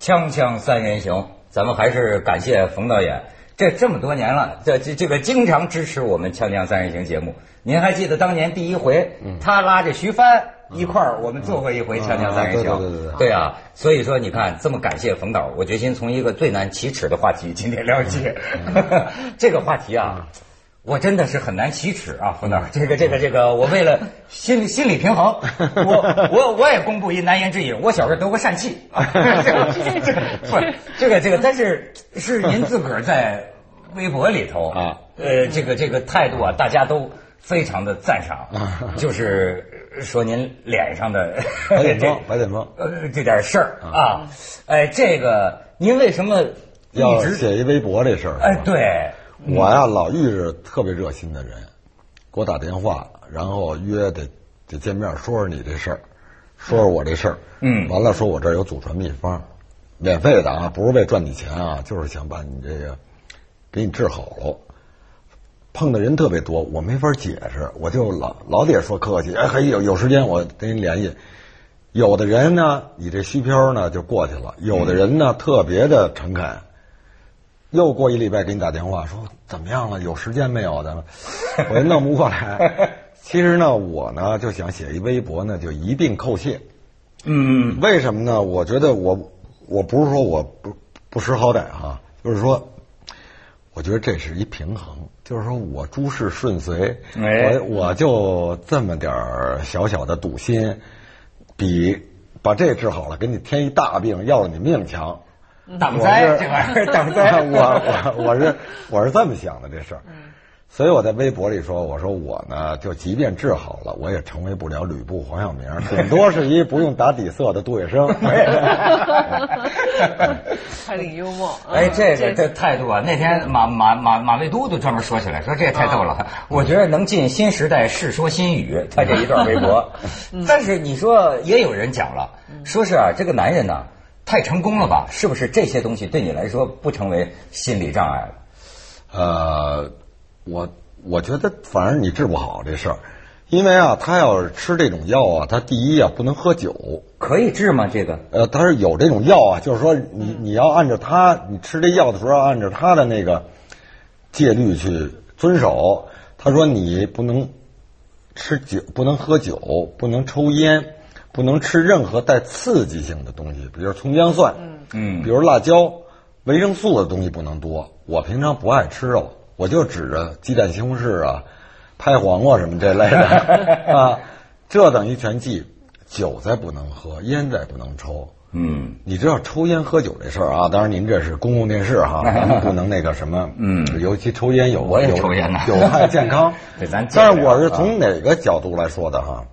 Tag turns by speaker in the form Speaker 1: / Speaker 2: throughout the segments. Speaker 1: 锵锵三人行，咱们还是感谢冯导演，这这么多年了，这这这个经常支持我们锵锵三人行节目。您还记得当年第一回，
Speaker 2: 嗯
Speaker 1: 他拉着徐帆一块儿，我们做过一回锵锵三人行，
Speaker 2: 啊对对对对对
Speaker 1: 对啊，所以说你看，这么感谢冯导，我决心从一个最难启齿的话题今天聊起。
Speaker 2: 嗯
Speaker 1: 这个话题啊，我真的是很难启齿啊，
Speaker 2: 嗯
Speaker 1: 冯导。这个这个这个，我为了心理心理平衡，我我我也公布一难言之隐，我小时候得过疝气。啊这个这个不是 这个这个，但是是您自个儿在微博里头
Speaker 2: 啊，
Speaker 1: 呃，这个这个态度啊，大家都非常的赞赏，
Speaker 2: 啊
Speaker 1: 就是说您脸上的
Speaker 2: 白点
Speaker 1: 这
Speaker 2: 风，白点风，
Speaker 1: 呃，这点事儿啊，哎，这个您为什么一
Speaker 2: 要
Speaker 1: 直
Speaker 2: 写一微博这事儿。
Speaker 1: 哎
Speaker 2: 是吧，
Speaker 1: 对，
Speaker 2: 我呀老遇着特别热心的人，给我打电话，然后约得得见面，说说你这事儿，说说我这事儿。
Speaker 1: 嗯
Speaker 2: 完了，说我这儿有祖传秘方，免费的啊，不是为赚你钱啊，就是想把你这个给你治好喽。碰的人特别多，我没法解释，我就老老得说客气，哎，嘿，有有时间我跟您联系。有的人呢，你这虚飘呢就过去了；有的人呢，特别的诚恳，又过一礼拜给你打电话说怎么样了，有时间没有？咱们 我也弄不 过来。其实呢，我呢就想写一微博呢，就一并叩谢。
Speaker 1: 嗯，
Speaker 2: 为什么呢？我觉得我我不是说我不不识好歹哈、就是说，我觉得这是一平衡，就是说我诸事顺遂，
Speaker 1: 哎
Speaker 2: 我我就这么点儿小小的赌心，比把这治好了给你添一大病要了你命强。
Speaker 1: 挡
Speaker 2: 我
Speaker 1: 灾
Speaker 2: 是
Speaker 1: 这玩意 儿，挡 灾，
Speaker 2: 我我我是我是这么想的这事儿，所以我在微博里说，我说我呢，就即便治好了，我也成为不了吕布、黄晓明，顶多是一不用打底色的杜 月笙。
Speaker 3: 还挺幽默。嗯
Speaker 1: 哎，这个这态度啊，那天马马马马未都都专门说起来，说这也太逗了。 我觉得能进新时代《世说新语》，他这一段微博。 但是你说也有人讲了，说是啊，这个男人呢、太成功了吧？是不是这些东西对你来说不成为心理障碍了？
Speaker 2: 呃，我我觉得反正你治不好这事儿，因为啊，他要是吃这种药啊，他第一啊不能喝酒，
Speaker 1: 可以治吗？这个？
Speaker 2: 呃，他是有这种药啊，就是说你你要按照他，你吃这药的时候要按照他的那个戒律去遵守。他说你不能吃酒，不能喝酒，不能抽烟，不能吃任何带刺激性的东西，比如葱姜蒜，
Speaker 1: 嗯
Speaker 2: 比如辣椒、维生素的东西不能多。我平常不爱吃肉，我就指着鸡蛋、西红柿啊、拍黄瓜什么这类的啊，这等于全忌。酒再不能喝，烟再不能抽。
Speaker 1: 嗯
Speaker 2: 你知道抽烟喝酒这事儿啊？当然您这是公共电视 哈，咱们不能那个什么，
Speaker 1: 嗯
Speaker 2: 尤其抽烟有
Speaker 1: 我也
Speaker 2: 有
Speaker 1: 抽烟呢
Speaker 2: 有害健康
Speaker 1: 。对咱戒
Speaker 2: 但是
Speaker 1: 不
Speaker 2: 我
Speaker 1: 了
Speaker 2: 是
Speaker 1: 啊
Speaker 2: 从哪个角度来说的哈？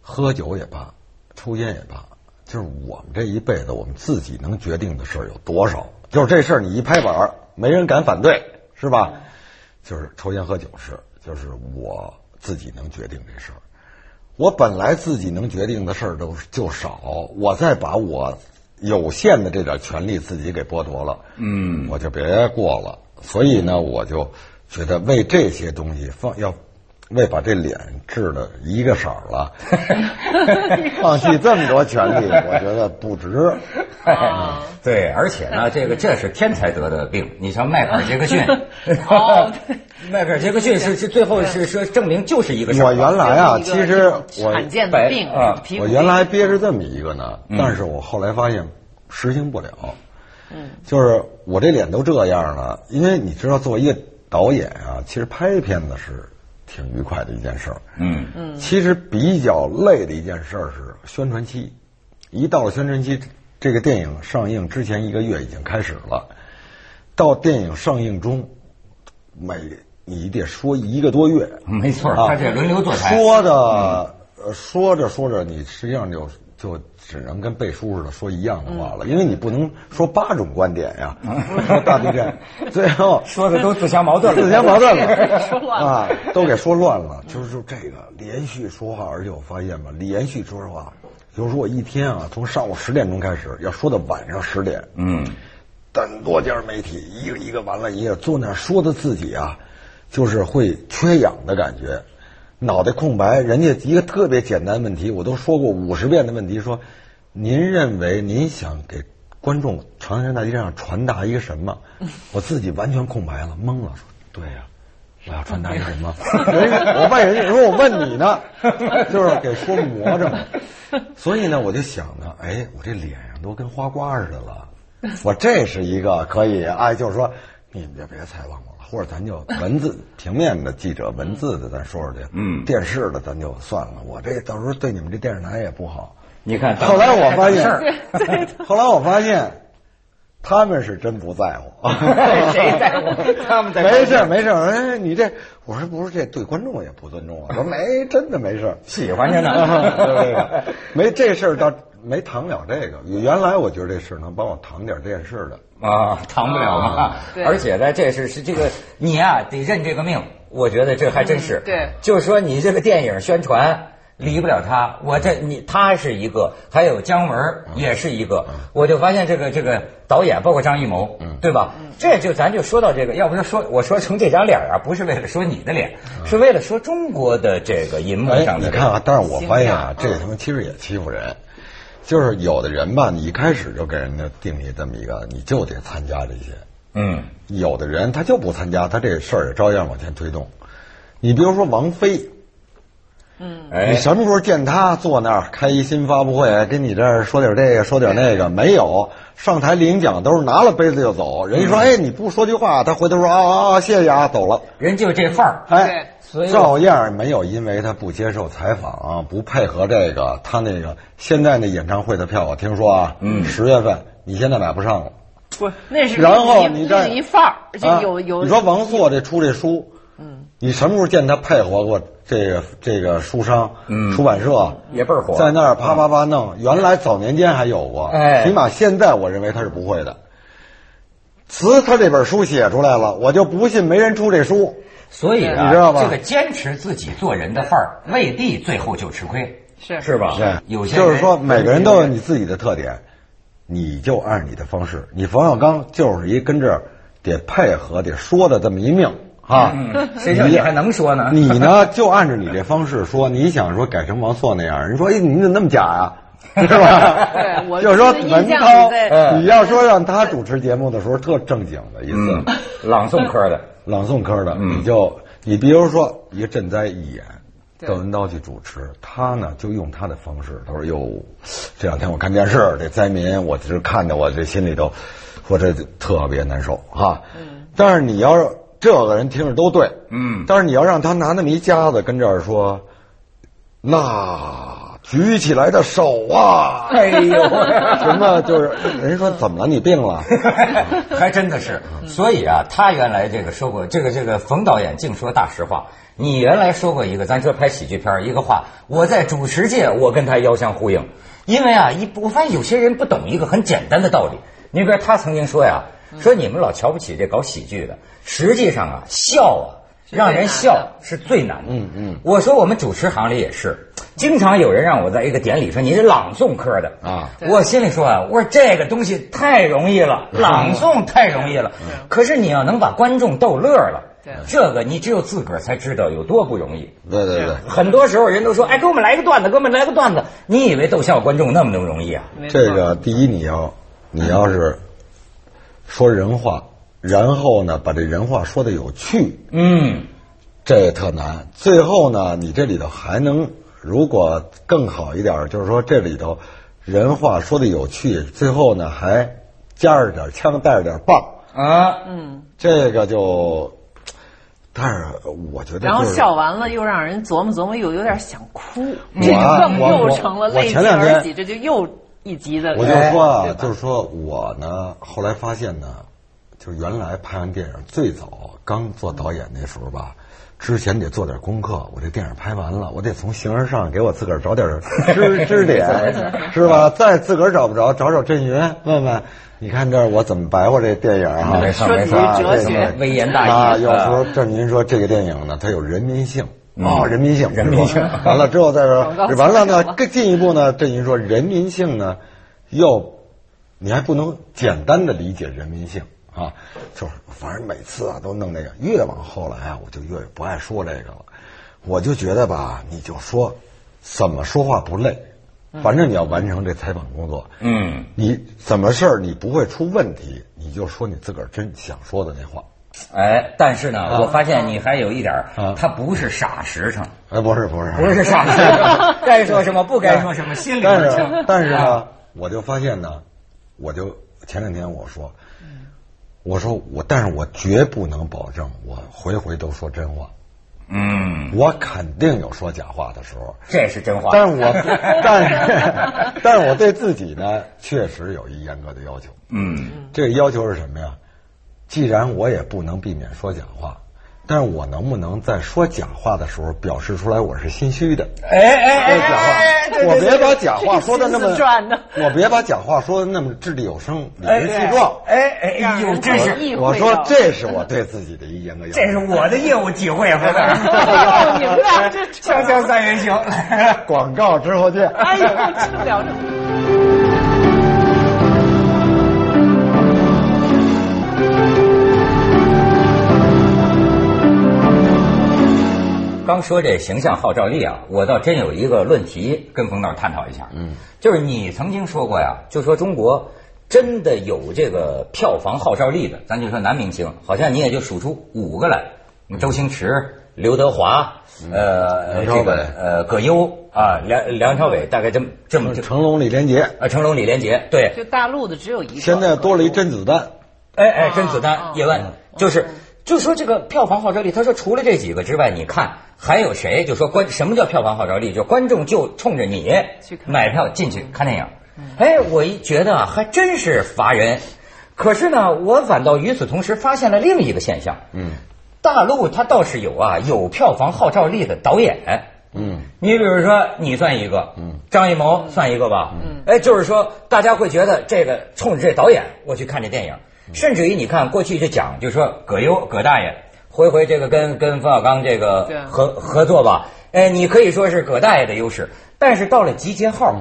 Speaker 2: 喝酒也罢，抽烟也罢，就是我们这一辈子我们自己能决定的事儿有多少？就是这事儿你一拍板儿，没人敢反对，是吧？就是抽烟喝酒是，就是我自己能决定这事儿。我本来自己能决定的事儿都就少，我再把我有限的这点权利自己给剥夺了，
Speaker 1: 嗯，
Speaker 2: 我就别过了。所以呢，我就觉得为这些东西放要。为把这脸治的一个色儿 了，放弃这么多权利，我觉得不 值。
Speaker 3: 啊
Speaker 1: 对，而且呢，这个这是天才得的病。你像迈克尔·杰克逊，
Speaker 3: 哦对
Speaker 1: 迈克尔·杰克逊是是最后是说证明就是一个事儿
Speaker 2: 我原来啊，
Speaker 3: 就是
Speaker 2: 其
Speaker 3: 一个
Speaker 2: 实我
Speaker 3: 罕见的病
Speaker 1: 白啊，
Speaker 3: 皮肤
Speaker 2: 我
Speaker 3: 病
Speaker 2: 原来憋着这么一个呢，但是我后来发现实行不了。嗯，就是我这脸都这样了，因为你知道，作为一个导演啊，其实拍片子是挺愉快的一件事儿。
Speaker 1: 嗯。
Speaker 2: 嗯，其实比较累的一件事儿是宣传期，一到了宣传期，这个电影上映之前一个月已经开始了，到电影上映中，每你得说一个多月，
Speaker 1: 嗯没错，
Speaker 2: 啊
Speaker 1: 他这轮流坐台。
Speaker 2: 说的、呃说着说着，你实际上就就只能跟背书似的说一样的话了，
Speaker 3: 嗯
Speaker 2: 因为你不能说八种观点呀， 说大地震， 最后
Speaker 1: 说的都自相矛盾了。
Speaker 2: 自相矛盾了，
Speaker 3: 说乱了
Speaker 2: 啊，都给说乱了。就是说这个连续说话，而且我发现吧，连续说话，有时候我一天啊，从上午十点钟开始，要说到晚上十点，
Speaker 1: 嗯，
Speaker 2: 很多家媒体一个一个完了一个坐那儿说的自己啊，就是会缺氧的感觉，脑袋空白。人家一个特别简单问题，我都说过五十遍的问题，说您认为您想给观众长山大地震上传达一个什么？我自己完全空白了，懵了，说对呀、我要传达一个什么？人家 我问人家说，我问你呢，就是给说魔怔了。所以呢，我就想呢，哎，我这脸上都跟花瓜似的了，我这是一个可以，哎，就是说你们就别采访我了，或者咱就文字平面的记者，文字的咱说说去，
Speaker 1: 嗯
Speaker 2: 电视的咱就算了，我这到时候对你们这电视台也不好。
Speaker 1: 你看，
Speaker 2: 后来我发
Speaker 1: 事儿
Speaker 2: 现， 后来我发现，他们是真不在乎。
Speaker 1: 谁在 乎？他们在乎
Speaker 2: 没事儿没事儿，哎，你这我说不是这对观众也不尊重啊。我说没，真的没事儿，
Speaker 1: 喜欢 着呢。
Speaker 2: 对没这事儿倒没谈不了这个。原来我觉得这事儿能帮我谈点电视的，
Speaker 1: 啊，扛不了嘛
Speaker 3: 啊。对
Speaker 1: 而且呢，这是是这个你啊，得认这个命。我觉得这还真是。
Speaker 3: 嗯对
Speaker 1: 就是说你这个电影宣传离不了他，我这你他是一个，还有姜文儿
Speaker 2: 嗯
Speaker 1: 也是一个。我就发现这个这个导演，包括张艺谋，
Speaker 2: 嗯
Speaker 1: 对吧？
Speaker 3: 嗯
Speaker 1: 这就咱就说到这个，要不就说我说成这张脸儿啊，不是为了说你的脸，是为了说中国的这个银幕
Speaker 2: 嗯哎
Speaker 1: 上，的
Speaker 2: 你
Speaker 1: 脸。
Speaker 2: 看啊，但是我发现啊，
Speaker 3: 形象
Speaker 2: 这他妈其实也欺负人。就是有的人吧，你一开始就给人家定义这么一个，你就得参加这些。
Speaker 1: 嗯，
Speaker 2: 有的人他就不参加，他这事儿也照样往前推动。你比如说王菲，
Speaker 1: 哎
Speaker 3: 嗯
Speaker 2: 你，什么时候见他坐那儿开一新发布会，哎跟你这儿说点这个说点那个？没有，上台领奖都是拿了杯子就走。
Speaker 1: 嗯
Speaker 2: 人家说，哎，你不说句话，他回头说啊啊啊，谢谢啊，走了。
Speaker 1: 人就这范儿。
Speaker 2: 哎，
Speaker 1: 所以
Speaker 2: 照样没有，因为他不接受采访、啊，不配合这个，他那个现在那演唱会的票，我听说啊，
Speaker 1: 嗯
Speaker 2: 十月份你现在买不上了。
Speaker 3: 不，那是
Speaker 2: 然后
Speaker 3: 一
Speaker 2: 你
Speaker 3: 那
Speaker 2: 再
Speaker 3: 是一范儿，
Speaker 2: 啊
Speaker 3: 这有有。
Speaker 2: 你说王朔这出这书，嗯，你什么时候见他配合过这个这个书商、
Speaker 1: 嗯
Speaker 2: 出版社？
Speaker 1: 也倍儿火，
Speaker 2: 在那儿啪啪啪弄，原来早年间还有过，
Speaker 1: 哎
Speaker 2: 起码现在我认为他是不会的。词他这本书写出来了，我就不信没人出这书。
Speaker 1: 所以啊，
Speaker 2: 你知道吧
Speaker 1: 这个坚持自己做人的范儿，未必最后就吃亏，
Speaker 3: 是
Speaker 1: 是吧？
Speaker 2: 是，
Speaker 1: 啊有些人
Speaker 2: 哎就是说每个人都有你自己的特点，你就按你的方式。你冯小刚就是一跟这儿得配合得说的这么一命啊。
Speaker 1: 嗯，谁叫你还能说呢？
Speaker 2: 你呢，就按照你这方式说，你想说改成王朔那样，人说，哎，你怎么那么假呀、是吧？
Speaker 3: 对我
Speaker 2: 就是说
Speaker 3: 觉得印
Speaker 2: 文
Speaker 3: 象
Speaker 2: 涛
Speaker 3: 里在，
Speaker 2: 你要说让他主持节目的时候特正经的一次
Speaker 1: 嗯，朗诵科 的，
Speaker 2: 朗诵科的，
Speaker 1: 嗯
Speaker 2: 你就你比如说一个赈灾义演，
Speaker 3: 对
Speaker 2: 窦文涛去主持，他呢就用他的方式，他说哟，这两天我看电视，这灾民，我这看的我这心里头，我这特别难受哈。但是你要是这个人听着都对，
Speaker 1: 嗯，
Speaker 2: 但是你要让他拿那么一夹子跟这儿说，那举起来的手啊，
Speaker 1: 哎呦，
Speaker 2: 什么就是人说怎么了？你病了？
Speaker 1: 还真的是。所以啊，他原来这个说过，这个这个冯导演净说大实话。你原来说过一个，咱说拍喜剧片儿一个话，我在主持界我跟他遥相呼应，因为啊，一我发现有些人不懂一个很简单的道理。你比如他曾经说呀，说你们老瞧不起这搞喜剧的，实际上啊，笑啊，让人笑是最难的。嗯嗯，我说我们主持行里也是，经常有人让我在一个典礼说你是朗诵科的
Speaker 2: 啊
Speaker 3: 对
Speaker 1: 我心里说啊，我说这个东西太容易了，朗诵太容易了。可是你要能把观众逗乐了
Speaker 3: 对，
Speaker 1: 这个你只有自个儿才知道有多不容易。
Speaker 2: 对对对。
Speaker 1: 很多时候人都说，哎，给我们来个段子，给我们来个段子。你以为逗笑观众那么那么容易啊？
Speaker 3: 没错
Speaker 2: 这个第一，你要你要是说人话，然后呢把这人话说的有趣，
Speaker 1: 嗯，
Speaker 2: 这特难。最后呢，你这里头还能如果更好一点儿，就是说这里头人话说的有趣，最后呢还加着点儿枪，带着点儿棒，
Speaker 1: 啊，
Speaker 3: 嗯，
Speaker 2: 这个就。但是我觉得、就是，
Speaker 3: 然后笑完了又让人琢磨琢磨，又有点想哭，
Speaker 2: 我啊
Speaker 3: 这就更
Speaker 2: 我
Speaker 3: 又
Speaker 2: 我
Speaker 3: 成了
Speaker 2: 我
Speaker 3: 类
Speaker 2: 前
Speaker 3: 型
Speaker 2: 两天
Speaker 3: 而喜，这就又一级的。哎
Speaker 2: 我就说
Speaker 3: 对
Speaker 2: 啊，
Speaker 3: 吧
Speaker 2: 就是说我呢，后来发现呢，就是原来拍完电影最早刚做导演那时候吧，之前得做点功课。我这电影拍完了，我得从形而上给我自个儿找点儿 知知点，是吧？再自个儿找不着，找找郑云，问问，你看这儿我怎么白活这电影啊？
Speaker 1: 没事
Speaker 3: 说
Speaker 1: 没事
Speaker 3: 你
Speaker 1: 啊，
Speaker 3: 哲
Speaker 1: 这
Speaker 3: 学
Speaker 1: 个微言大义
Speaker 2: 啊，有时候郑您说这个电影呢，它有人民性。
Speaker 1: 嗯
Speaker 2: 哦，人民性，
Speaker 1: 人民性
Speaker 2: 是吧 完了之后再说
Speaker 3: 广告，词
Speaker 2: 完了
Speaker 3: 是
Speaker 2: 呢
Speaker 3: 吧，
Speaker 2: 更进一步呢，郑您说人民性呢，又你还不能简单的理解人民性啊，就是反正每次啊都弄这个，越往后来啊，我就越不爱说这个了，我就觉得吧，你就说怎么说话不累，
Speaker 3: 嗯
Speaker 2: 反正你要完成这采访工作，
Speaker 1: 嗯，
Speaker 2: 你什么事儿你不会出问题，你就说你自个儿真想说的那话。
Speaker 1: 哎，但是呢，我发现你还有一点儿
Speaker 2: 啊，
Speaker 1: 他不是傻实诚，
Speaker 2: 哎，不是不是
Speaker 1: 不是傻实诚，该说什么不该说什么，心里
Speaker 2: 但
Speaker 1: 边清
Speaker 2: 是但是呢，
Speaker 3: 啊
Speaker 2: 我就发现呢，我就前两天我说，我说我，但是我绝不能保证我回回都说真话，
Speaker 1: 嗯，
Speaker 2: 我肯定有说假话的时候。
Speaker 1: 这是真话。
Speaker 2: 但 是我，但是，但是我对自己呢，确实有一严格的要求。
Speaker 1: 嗯
Speaker 2: 这个要求是什么呀？既然我也不能避免说假话，但是我能不能在说假话的时候表示出来我是心虚的？
Speaker 1: 哎哎
Speaker 2: 说
Speaker 1: 哎
Speaker 2: 假
Speaker 1: 哎哎，
Speaker 2: 话，我别把假话说的那
Speaker 3: 这
Speaker 2: 么
Speaker 3: 个心 思转的，
Speaker 2: 我别把假话说的那么掷地有声、理直气壮。
Speaker 1: 哎哎哎呦，真是
Speaker 3: 让人意会到
Speaker 2: 我说这是我对自己的一严格要求。
Speaker 1: 这是我的业务体会，啊 不是？哎
Speaker 3: 哦，你们俩这
Speaker 1: 锵锵三人行，
Speaker 2: 广告之后见。
Speaker 3: 哎呦，这么聊着。
Speaker 1: 刚说这形象号召力啊，我倒真有一个论题跟冯导探讨一下。嗯，就是你曾经说过呀，就说中国真的有这个票房号召力的，咱就说男明星，好像你也就数出五个来，周星驰、刘德华、呃，
Speaker 2: 嗯梁朝伟
Speaker 1: 这个呃，葛优啊，梁梁朝伟，大概这么这么就
Speaker 2: 成龙、李连杰，
Speaker 1: 啊，成龙、李连杰，对，
Speaker 3: 就大陆的只有一个，
Speaker 2: 现在多了一甄子丹。
Speaker 1: 哎哎，甄子
Speaker 3: 啊
Speaker 1: 丹、叶问，就是就说这个票房号召力，他说除了这几个之外，你看还有谁？就说观什么叫票房号召力？就观众就冲着你
Speaker 3: 去看嗯
Speaker 1: 买票进去看电影。哎，我一觉得啊，还真是乏人。可是呢，我反倒与此同时发现了另一个现象，
Speaker 2: 嗯
Speaker 1: 大陆它倒是有啊有票房号召力的导演。
Speaker 2: 嗯，
Speaker 1: 你比如说，你算一个，
Speaker 2: 嗯，
Speaker 1: 张艺谋算一个吧，嗯，哎，就是说，大家会觉得这个冲着这导演，我去看这电影，甚至于你看过去就讲，就说葛优葛大爷，回回这个跟跟冯小刚这个
Speaker 3: 对啊
Speaker 1: 合合作吧，哎，你可以说是葛大爷的优势，但是到了集结号，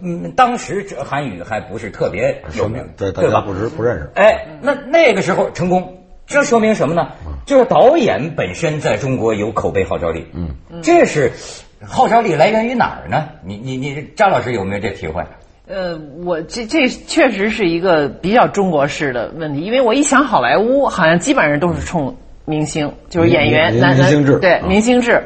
Speaker 1: 嗯，当时这韩语还不是特别有名，
Speaker 2: 对大
Speaker 1: 对
Speaker 2: 家
Speaker 1: 吧？
Speaker 2: 不知不认识。
Speaker 1: 哎，那那个时候成功，这说明什么呢？就是导演本身在中国有口碑号召力。
Speaker 2: 嗯，
Speaker 1: 这是号召力来源于哪儿呢？你你你，张老师有没有这体会？啊
Speaker 3: 呃，我这这确实是一个比较中国式的问题，因为我一想好莱坞，好像基本上都是冲明星，就是演员，
Speaker 2: 明
Speaker 3: 男
Speaker 2: 明
Speaker 3: 男
Speaker 2: 星制
Speaker 3: 对
Speaker 2: 啊
Speaker 3: 明星制，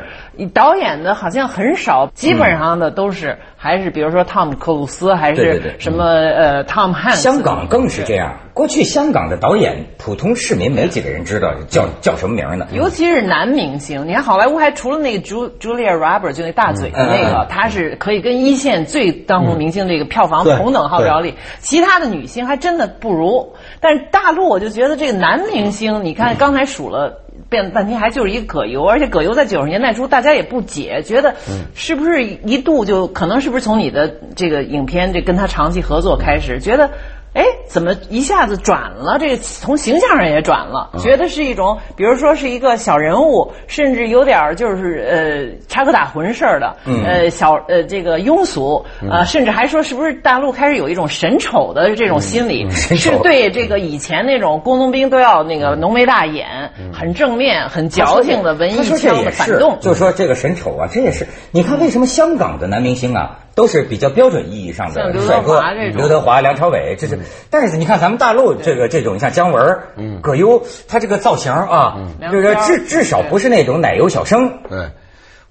Speaker 3: 导演的好像很少，基
Speaker 2: 嗯
Speaker 3: 本上的都是还是比如说汤姆克鲁斯，还
Speaker 1: 对对
Speaker 3: 是
Speaker 2: 嗯
Speaker 1: 对
Speaker 3: 什么呃汤姆汉斯，
Speaker 1: 香港更是这样。过去香港的导演，普通市民没几个人知道叫叫什么名儿呢？
Speaker 3: 尤其是男明星，你看好莱坞还除了那个 Ju Julia Roberts 就那大嘴的那
Speaker 1: 嗯
Speaker 3: 个
Speaker 1: 嗯，
Speaker 3: 她是可以跟一线最当红明星这个票房
Speaker 2: 对
Speaker 3: 同等号召力，其他的女星还真的不如。但是大陆我就觉得这个男明星，你看刚才数了。变半天还就是一个葛优，而且葛优在九十年代初大家也不解，觉得
Speaker 1: 嗯
Speaker 3: 是不是一度就可能是不是从你的这个影片这跟他长期合作开始，觉得哎，怎么一下子转了？这个从形象上也转了，
Speaker 1: 嗯
Speaker 3: 觉得是一种，比如说是一个小人物，甚至有点儿就是呃插科打诨似的，
Speaker 1: 嗯
Speaker 3: 呃小呃这个庸俗啊、呃甚至还说是不是大陆开始有一种审丑的这种心理，
Speaker 1: 审
Speaker 3: 是
Speaker 1: 嗯丑嗯
Speaker 3: 对这个以前那种工农兵都要那个浓眉大眼、很正面、很矫情的文艺
Speaker 1: 他说这
Speaker 3: 腔的
Speaker 1: 也
Speaker 3: 反
Speaker 1: 是
Speaker 3: 动，，
Speaker 1: 就说这个审丑啊，这也是。你看为什么香港的男明星啊，都是比较标准意义上的
Speaker 3: 像刘德
Speaker 1: 帅哥
Speaker 3: 华这，种
Speaker 1: 刘德华、梁朝伟，这是。但是你看咱们大陆这个这种，你像姜文、葛优，他这个造型啊，
Speaker 3: 嗯
Speaker 1: 就是
Speaker 3: 梁边儿
Speaker 1: 至至少不是那种奶油小生。
Speaker 2: 对，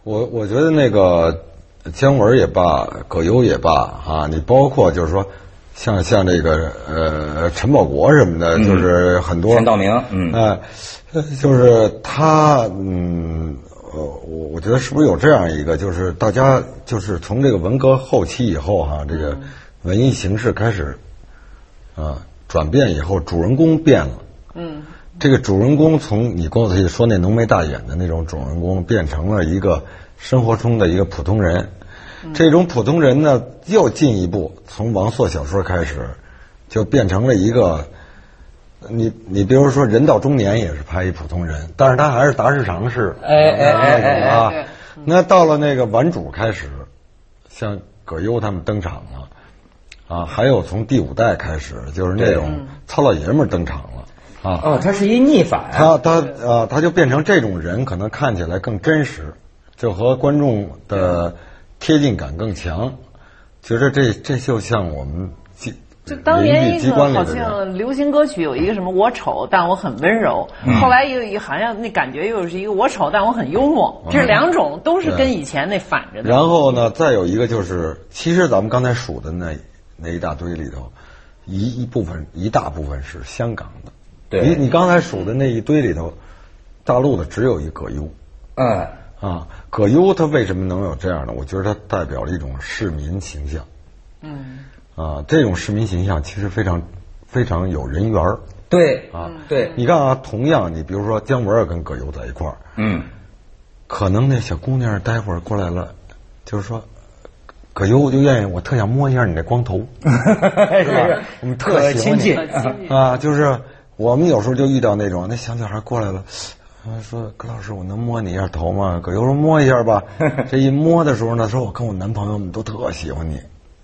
Speaker 2: 我我觉得那个姜文也罢，葛优也罢，啊，你包括就是说，像像这个呃陈宝国什么的，就是很多
Speaker 1: 嗯陈道明，嗯，
Speaker 2: 呃，就是他，嗯，呃，我我觉得是不是有这样一个，就是大家就是从这个文革后期以后哈、这个文艺形式开始啊、转变以后，主人公变了。
Speaker 3: 嗯，
Speaker 2: 这个主人公从你刚才说那浓眉大眼的那种主人公，变成了一个生活中的一个普通人。
Speaker 1: 嗯
Speaker 2: 这种普通人呢，又进一步从王朔小说开始，就变成了一个，你你比如说人到中年也是拍一普通人，但是他还是达市常式，
Speaker 1: 哎哎哎哎哎
Speaker 2: 啊
Speaker 3: 对。
Speaker 2: 那到了那个顽主开始，像葛优他们登场了，啊，还有从第五代开始，就是那
Speaker 1: 嗯
Speaker 2: 种糙老爷们儿登场了。啊，
Speaker 1: 哦，他是一逆反，
Speaker 2: 他他呃，他就变成这种人，可能看起来更真实，就和观众的贴近感更强。觉得这这就像我们机
Speaker 3: 就当年
Speaker 2: 邻
Speaker 3: 一
Speaker 2: 里机
Speaker 3: 个
Speaker 2: 关里
Speaker 3: 好
Speaker 2: 的人，
Speaker 3: 像流行歌曲有一个什么我丑但我很温柔，
Speaker 2: 嗯
Speaker 3: 后来又一好像那感觉又是一个我丑但我很幽默，这两种都是跟以前那反着的。
Speaker 2: 嗯然后呢，再有一个就是，其实咱们刚才数的那那一大堆里头，一一部分一大部分是香港的。
Speaker 1: 对
Speaker 2: 你你刚才数的那一堆里头，大陆的只有一葛优。
Speaker 1: 嗯，
Speaker 2: 啊，葛优他为什么能有这样的？我觉得他代表了一种市民形象。嗯。啊，这种市民形象其实非常非常有人缘儿
Speaker 1: 对
Speaker 2: 啊。
Speaker 3: 嗯
Speaker 1: 对，
Speaker 2: 你看啊，同样你比如说姜文儿跟葛优在一块儿，
Speaker 1: 嗯，
Speaker 2: 可能那小姑娘待会儿过来了，就是说。葛优就愿意，我特想摸一下你这光头
Speaker 1: 是吧？
Speaker 2: 我们特
Speaker 1: 特
Speaker 2: 喜欢
Speaker 1: 亲
Speaker 2: 你
Speaker 1: 近，
Speaker 2: 啊！就是我们有时候就遇到那种，那小女孩过来了，啊说：“葛老师，我能摸你一下头吗？”葛优说：“摸一下吧。”这一摸的时候呢，说我跟我男朋友我们都特喜欢你，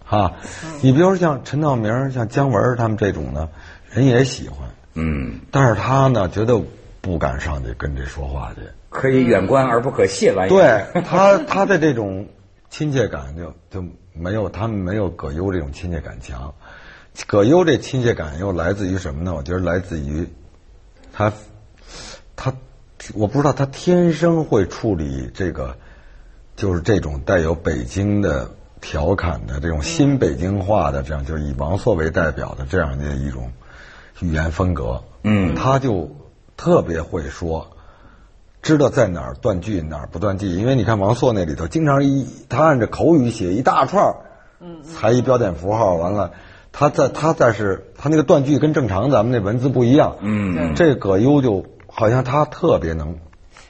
Speaker 2: 啊！你比如说像陈道明、像姜文他们这种呢，人也喜欢，
Speaker 1: 嗯，
Speaker 2: 但是他呢，绝对不敢上去跟这说话去。
Speaker 1: 可以远观而不可亵玩焉。
Speaker 2: 对他，他的这种亲切感就就没有他们没有葛优这种亲切感强。葛优这亲切感又来自于什么呢？我觉得来自于他，他，我不知道他天生会处理这个，就是这种带有北京的调侃的这种新北京话的这样，就是以王朔为代表的这样的一种语言风格。
Speaker 1: 嗯
Speaker 2: 他就特别会说，知道在哪儿断句哪儿不断句，因为你看王朔那里头经常一他按照口语写一大串儿，嗯才一标点符号，完了他在他在是他那个断句跟正常咱们那文字不一样，
Speaker 1: 嗯，
Speaker 2: 这葛优就好像他特别能，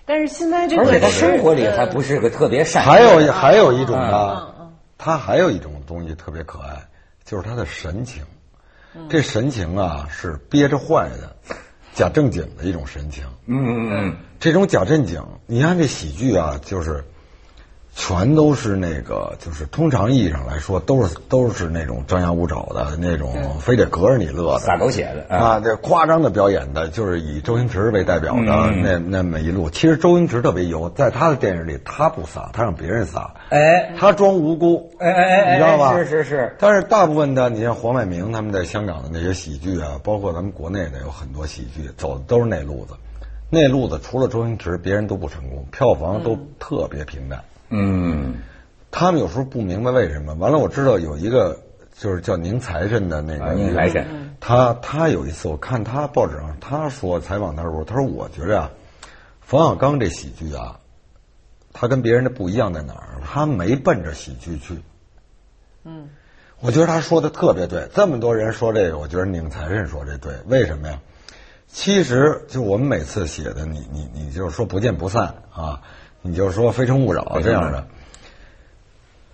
Speaker 3: 但是现在这
Speaker 1: 而且
Speaker 3: 个
Speaker 1: 他生活里还不是个特别善良
Speaker 2: 还
Speaker 1: 的人
Speaker 2: 有还有一种
Speaker 3: 嗯
Speaker 2: 呢，他还有一种东西特别可爱，就是他的神情，
Speaker 3: 嗯
Speaker 2: 这神情啊是憋着坏的，假正经的一种神情。
Speaker 1: 嗯嗯嗯，
Speaker 2: 这种假正经，你看这喜剧啊，就是全都是那个，就是通常意义上来说，都是都是那种张牙舞爪的那种，非得隔着你乐
Speaker 1: 撒
Speaker 2: 的
Speaker 1: 狗血的啊，
Speaker 2: 啊，这夸张的表演的，就是以周星驰为代表的
Speaker 1: 嗯
Speaker 2: 那那么一路。其实周星驰特别油，在他的电影里，他不撒，他让别人撒，
Speaker 1: 哎
Speaker 2: 他装无辜，
Speaker 1: 哎哎哎，哎
Speaker 2: 你知道吧？
Speaker 1: 是是是，
Speaker 2: 但是大部分的，你像黄百鸣他们在香港的那些喜剧啊，包括咱们国内的有很多喜剧，啊走的都是那路子。那路子除了周星驰，别人都不成功，票房都特别平淡。
Speaker 1: 嗯
Speaker 2: 他们有时候不明白为什么。完了，我知道有一个就是叫宁财神的那
Speaker 1: 啊
Speaker 2: 个
Speaker 1: 宁财神，
Speaker 2: 他他有一次我看他报纸上他说采访他的时候，他说我觉着啊，冯小刚这喜剧啊，他跟别人的不一样在哪儿？他没奔着喜剧去。嗯，我觉得他说的特别对。这么多人说这个，我觉得宁财神说这对，为什么呀？其实就我们每次写的，你你你就是说不见不散啊，你就是说非诚勿扰这样的。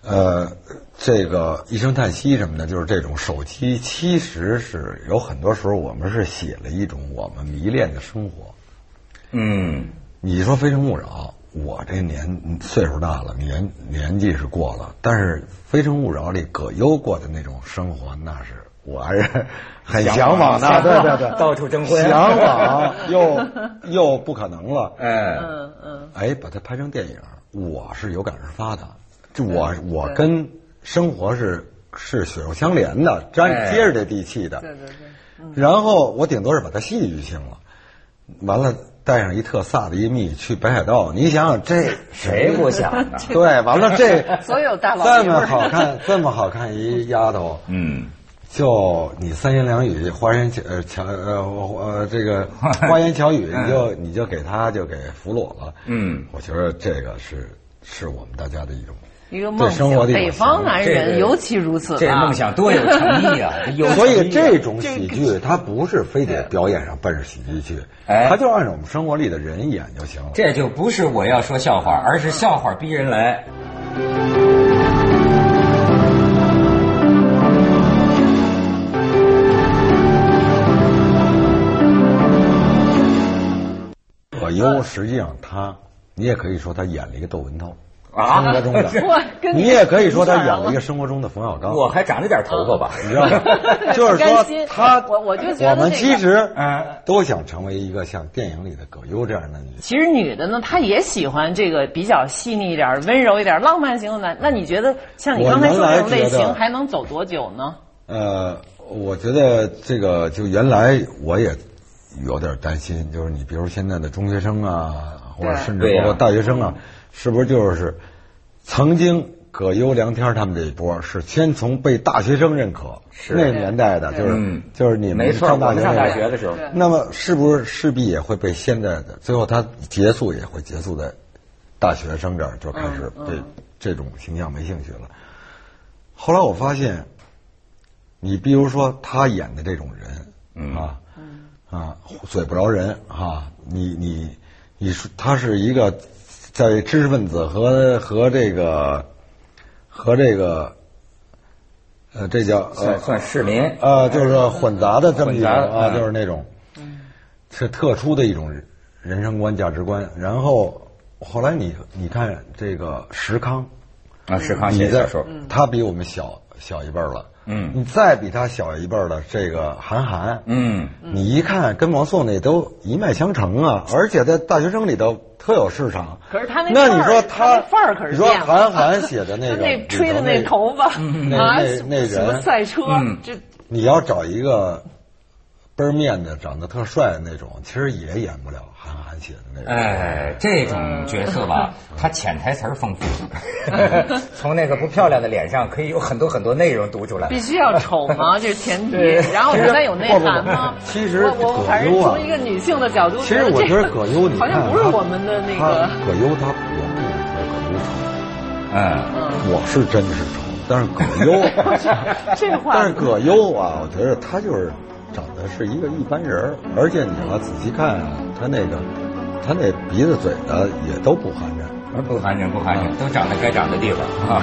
Speaker 2: 呃，这个一声叹息什么的，就是这种手机，其实是有很多时候我们是写了一种我们迷恋的生活。
Speaker 1: 嗯，
Speaker 2: 你说《非诚勿扰》，我这年岁数大了，年年纪是过了，但是《非诚勿扰》里葛优过的那种生活，那是我还是 很向往的， 对对对，
Speaker 1: 到处征婚
Speaker 2: 向往又又不可能了，
Speaker 1: 哎，
Speaker 3: 嗯嗯，
Speaker 2: 哎，把它拍成电影，我是有感而发的。这我我跟生活是是血肉相连的，
Speaker 1: 哎
Speaker 2: 沾接着这地气的。
Speaker 3: 对对对。
Speaker 2: 然后我顶多是把它戏剧性了，完了带上一特飒的一蜜去北海道，你想想这
Speaker 1: 谁不想啊 呢？
Speaker 2: 对？完了这
Speaker 3: 呃所有大佬
Speaker 2: 这
Speaker 3: 爷们
Speaker 2: 么
Speaker 3: 儿
Speaker 2: 好看，这么好看一丫头，
Speaker 1: 嗯，
Speaker 2: 就你三言两语、花言巧呃巧呃呃 这个花言巧语，你就你就给他就给俘虏了。
Speaker 1: 嗯，
Speaker 2: 我觉得这个是是我们大家的一种，
Speaker 3: 一个梦
Speaker 2: 对生活
Speaker 3: 想，
Speaker 2: 的一种
Speaker 3: 北方男
Speaker 1: 这个
Speaker 3: 人尤其如此
Speaker 1: 这
Speaker 3: 啊
Speaker 1: 梦想多有诚意啊！有
Speaker 2: 所
Speaker 1: 诚
Speaker 2: 以
Speaker 1: 意
Speaker 2: 这种喜剧它不是非得表演上奔着喜剧去，
Speaker 1: 哎
Speaker 2: 它就按照我们生活里的人演就行了。
Speaker 1: 这就不是我要说笑话，而是笑话逼人来。
Speaker 2: 葛优实际上他，你也可以说他演了一个窦文涛，
Speaker 1: 啊
Speaker 2: 生活 中的。
Speaker 3: 我跟
Speaker 2: 你也可以说他演了一
Speaker 3: 个。
Speaker 2: 个生活中的冯小刚，
Speaker 1: 我还长了点头发吧，
Speaker 2: 你知道 吗？就是
Speaker 3: 甘
Speaker 2: 说
Speaker 3: 心
Speaker 2: 他，
Speaker 3: 我我就觉得
Speaker 2: 我们
Speaker 3: 这个
Speaker 2: 其实
Speaker 1: 嗯
Speaker 2: 都想成为一个像电影里的葛优这样的女。
Speaker 3: 其实女的呢，她也喜欢这个比较细腻一点、温柔一点、浪漫型的男。那你觉得像你刚才说的这种类
Speaker 2: 我原来觉得
Speaker 3: 型，还能走多久呢？
Speaker 2: 呃，我觉得这个就原来我也有点担心，就是你比如现在的中学生啊，或者
Speaker 3: 对
Speaker 2: 甚
Speaker 1: 对
Speaker 2: 至
Speaker 1: 呀
Speaker 2: 包括大学生啊，是不是就是曾经葛优、梁天儿他们这一波是先从被大学生认可，
Speaker 1: 是
Speaker 2: 那年代的，
Speaker 3: 对
Speaker 2: 就是、
Speaker 1: 嗯
Speaker 2: 就是你
Speaker 1: 没
Speaker 2: 们
Speaker 1: 错，
Speaker 2: 上
Speaker 1: 我
Speaker 2: 大
Speaker 1: 们
Speaker 2: 学
Speaker 1: 上大
Speaker 2: 那
Speaker 1: 学
Speaker 2: 个
Speaker 1: 的时候，
Speaker 3: 对
Speaker 2: 哎那么是不是势必也会被现在的最后它结束也会结束在大学生这儿就开始
Speaker 3: 嗯
Speaker 2: 对
Speaker 3: 嗯
Speaker 2: 这种形象没兴趣了。后来我发现，你比如说他演的这种人啊
Speaker 3: 嗯
Speaker 2: 啊，嘴不饶人啊，你你你说他是一个在知识分子和和这个和这个呃这叫
Speaker 1: 算
Speaker 2: 呃
Speaker 1: 算市民
Speaker 2: 啊，就是混杂的这么一种
Speaker 1: 混杂
Speaker 2: 啊，
Speaker 1: 嗯
Speaker 2: 就是那种，是特殊的一种人人生观、价值观。然后后来你你看这个石康，
Speaker 1: 啊，石康
Speaker 2: 你
Speaker 1: 写
Speaker 2: 再
Speaker 1: 小说，
Speaker 3: 嗯
Speaker 2: 他比我们小小一辈儿了，
Speaker 1: 嗯
Speaker 2: 你再比他小一辈儿的这个韩寒，
Speaker 1: 嗯，
Speaker 2: 你一看跟王朔那都一脉相承啊，而且在大学生里头特有市场。
Speaker 3: 可是他那
Speaker 2: 那
Speaker 3: 范
Speaker 2: 你
Speaker 3: 儿
Speaker 2: 说
Speaker 3: 他那范儿可是
Speaker 2: 你说
Speaker 3: 变了
Speaker 2: 韩寒写的 那个
Speaker 3: 那吹的
Speaker 2: 里
Speaker 3: 那
Speaker 2: 头
Speaker 3: 头发
Speaker 2: 那
Speaker 3: 啊
Speaker 2: 那，那
Speaker 3: 什么
Speaker 2: 人
Speaker 3: 赛车
Speaker 1: 嗯，
Speaker 3: 这
Speaker 2: 你要找一个倍儿面的、长得特帅的那种，其实也演不了韩寒写的那种。
Speaker 1: 哎，这种角色吧，他潜台词儿丰富， 从那个不漂亮的脸上可以有很多很多内容读出来。
Speaker 3: 必须要丑 吗？这是前提
Speaker 1: 对。
Speaker 3: 然后人家有内涵吗？
Speaker 2: 不不不 其实
Speaker 3: 我我反正
Speaker 2: 葛优啊
Speaker 3: 从一个女性的角度，
Speaker 2: 其实我觉得葛优，
Speaker 3: 这
Speaker 2: 你看
Speaker 3: 个好
Speaker 2: 他
Speaker 3: 像不是我们的那个
Speaker 2: 他。葛优他我不觉
Speaker 1: 嗯，
Speaker 2: 得葛优丑，我是真是丑，但是葛优，啊
Speaker 3: 这话
Speaker 2: 但是葛优啊，我觉得他就是长得是一个一般人儿，而且你要仔细看啊，他那个他那鼻子、嘴的也都不寒碜。
Speaker 1: 不寒碜，不寒碜，都长在该长的地方啊。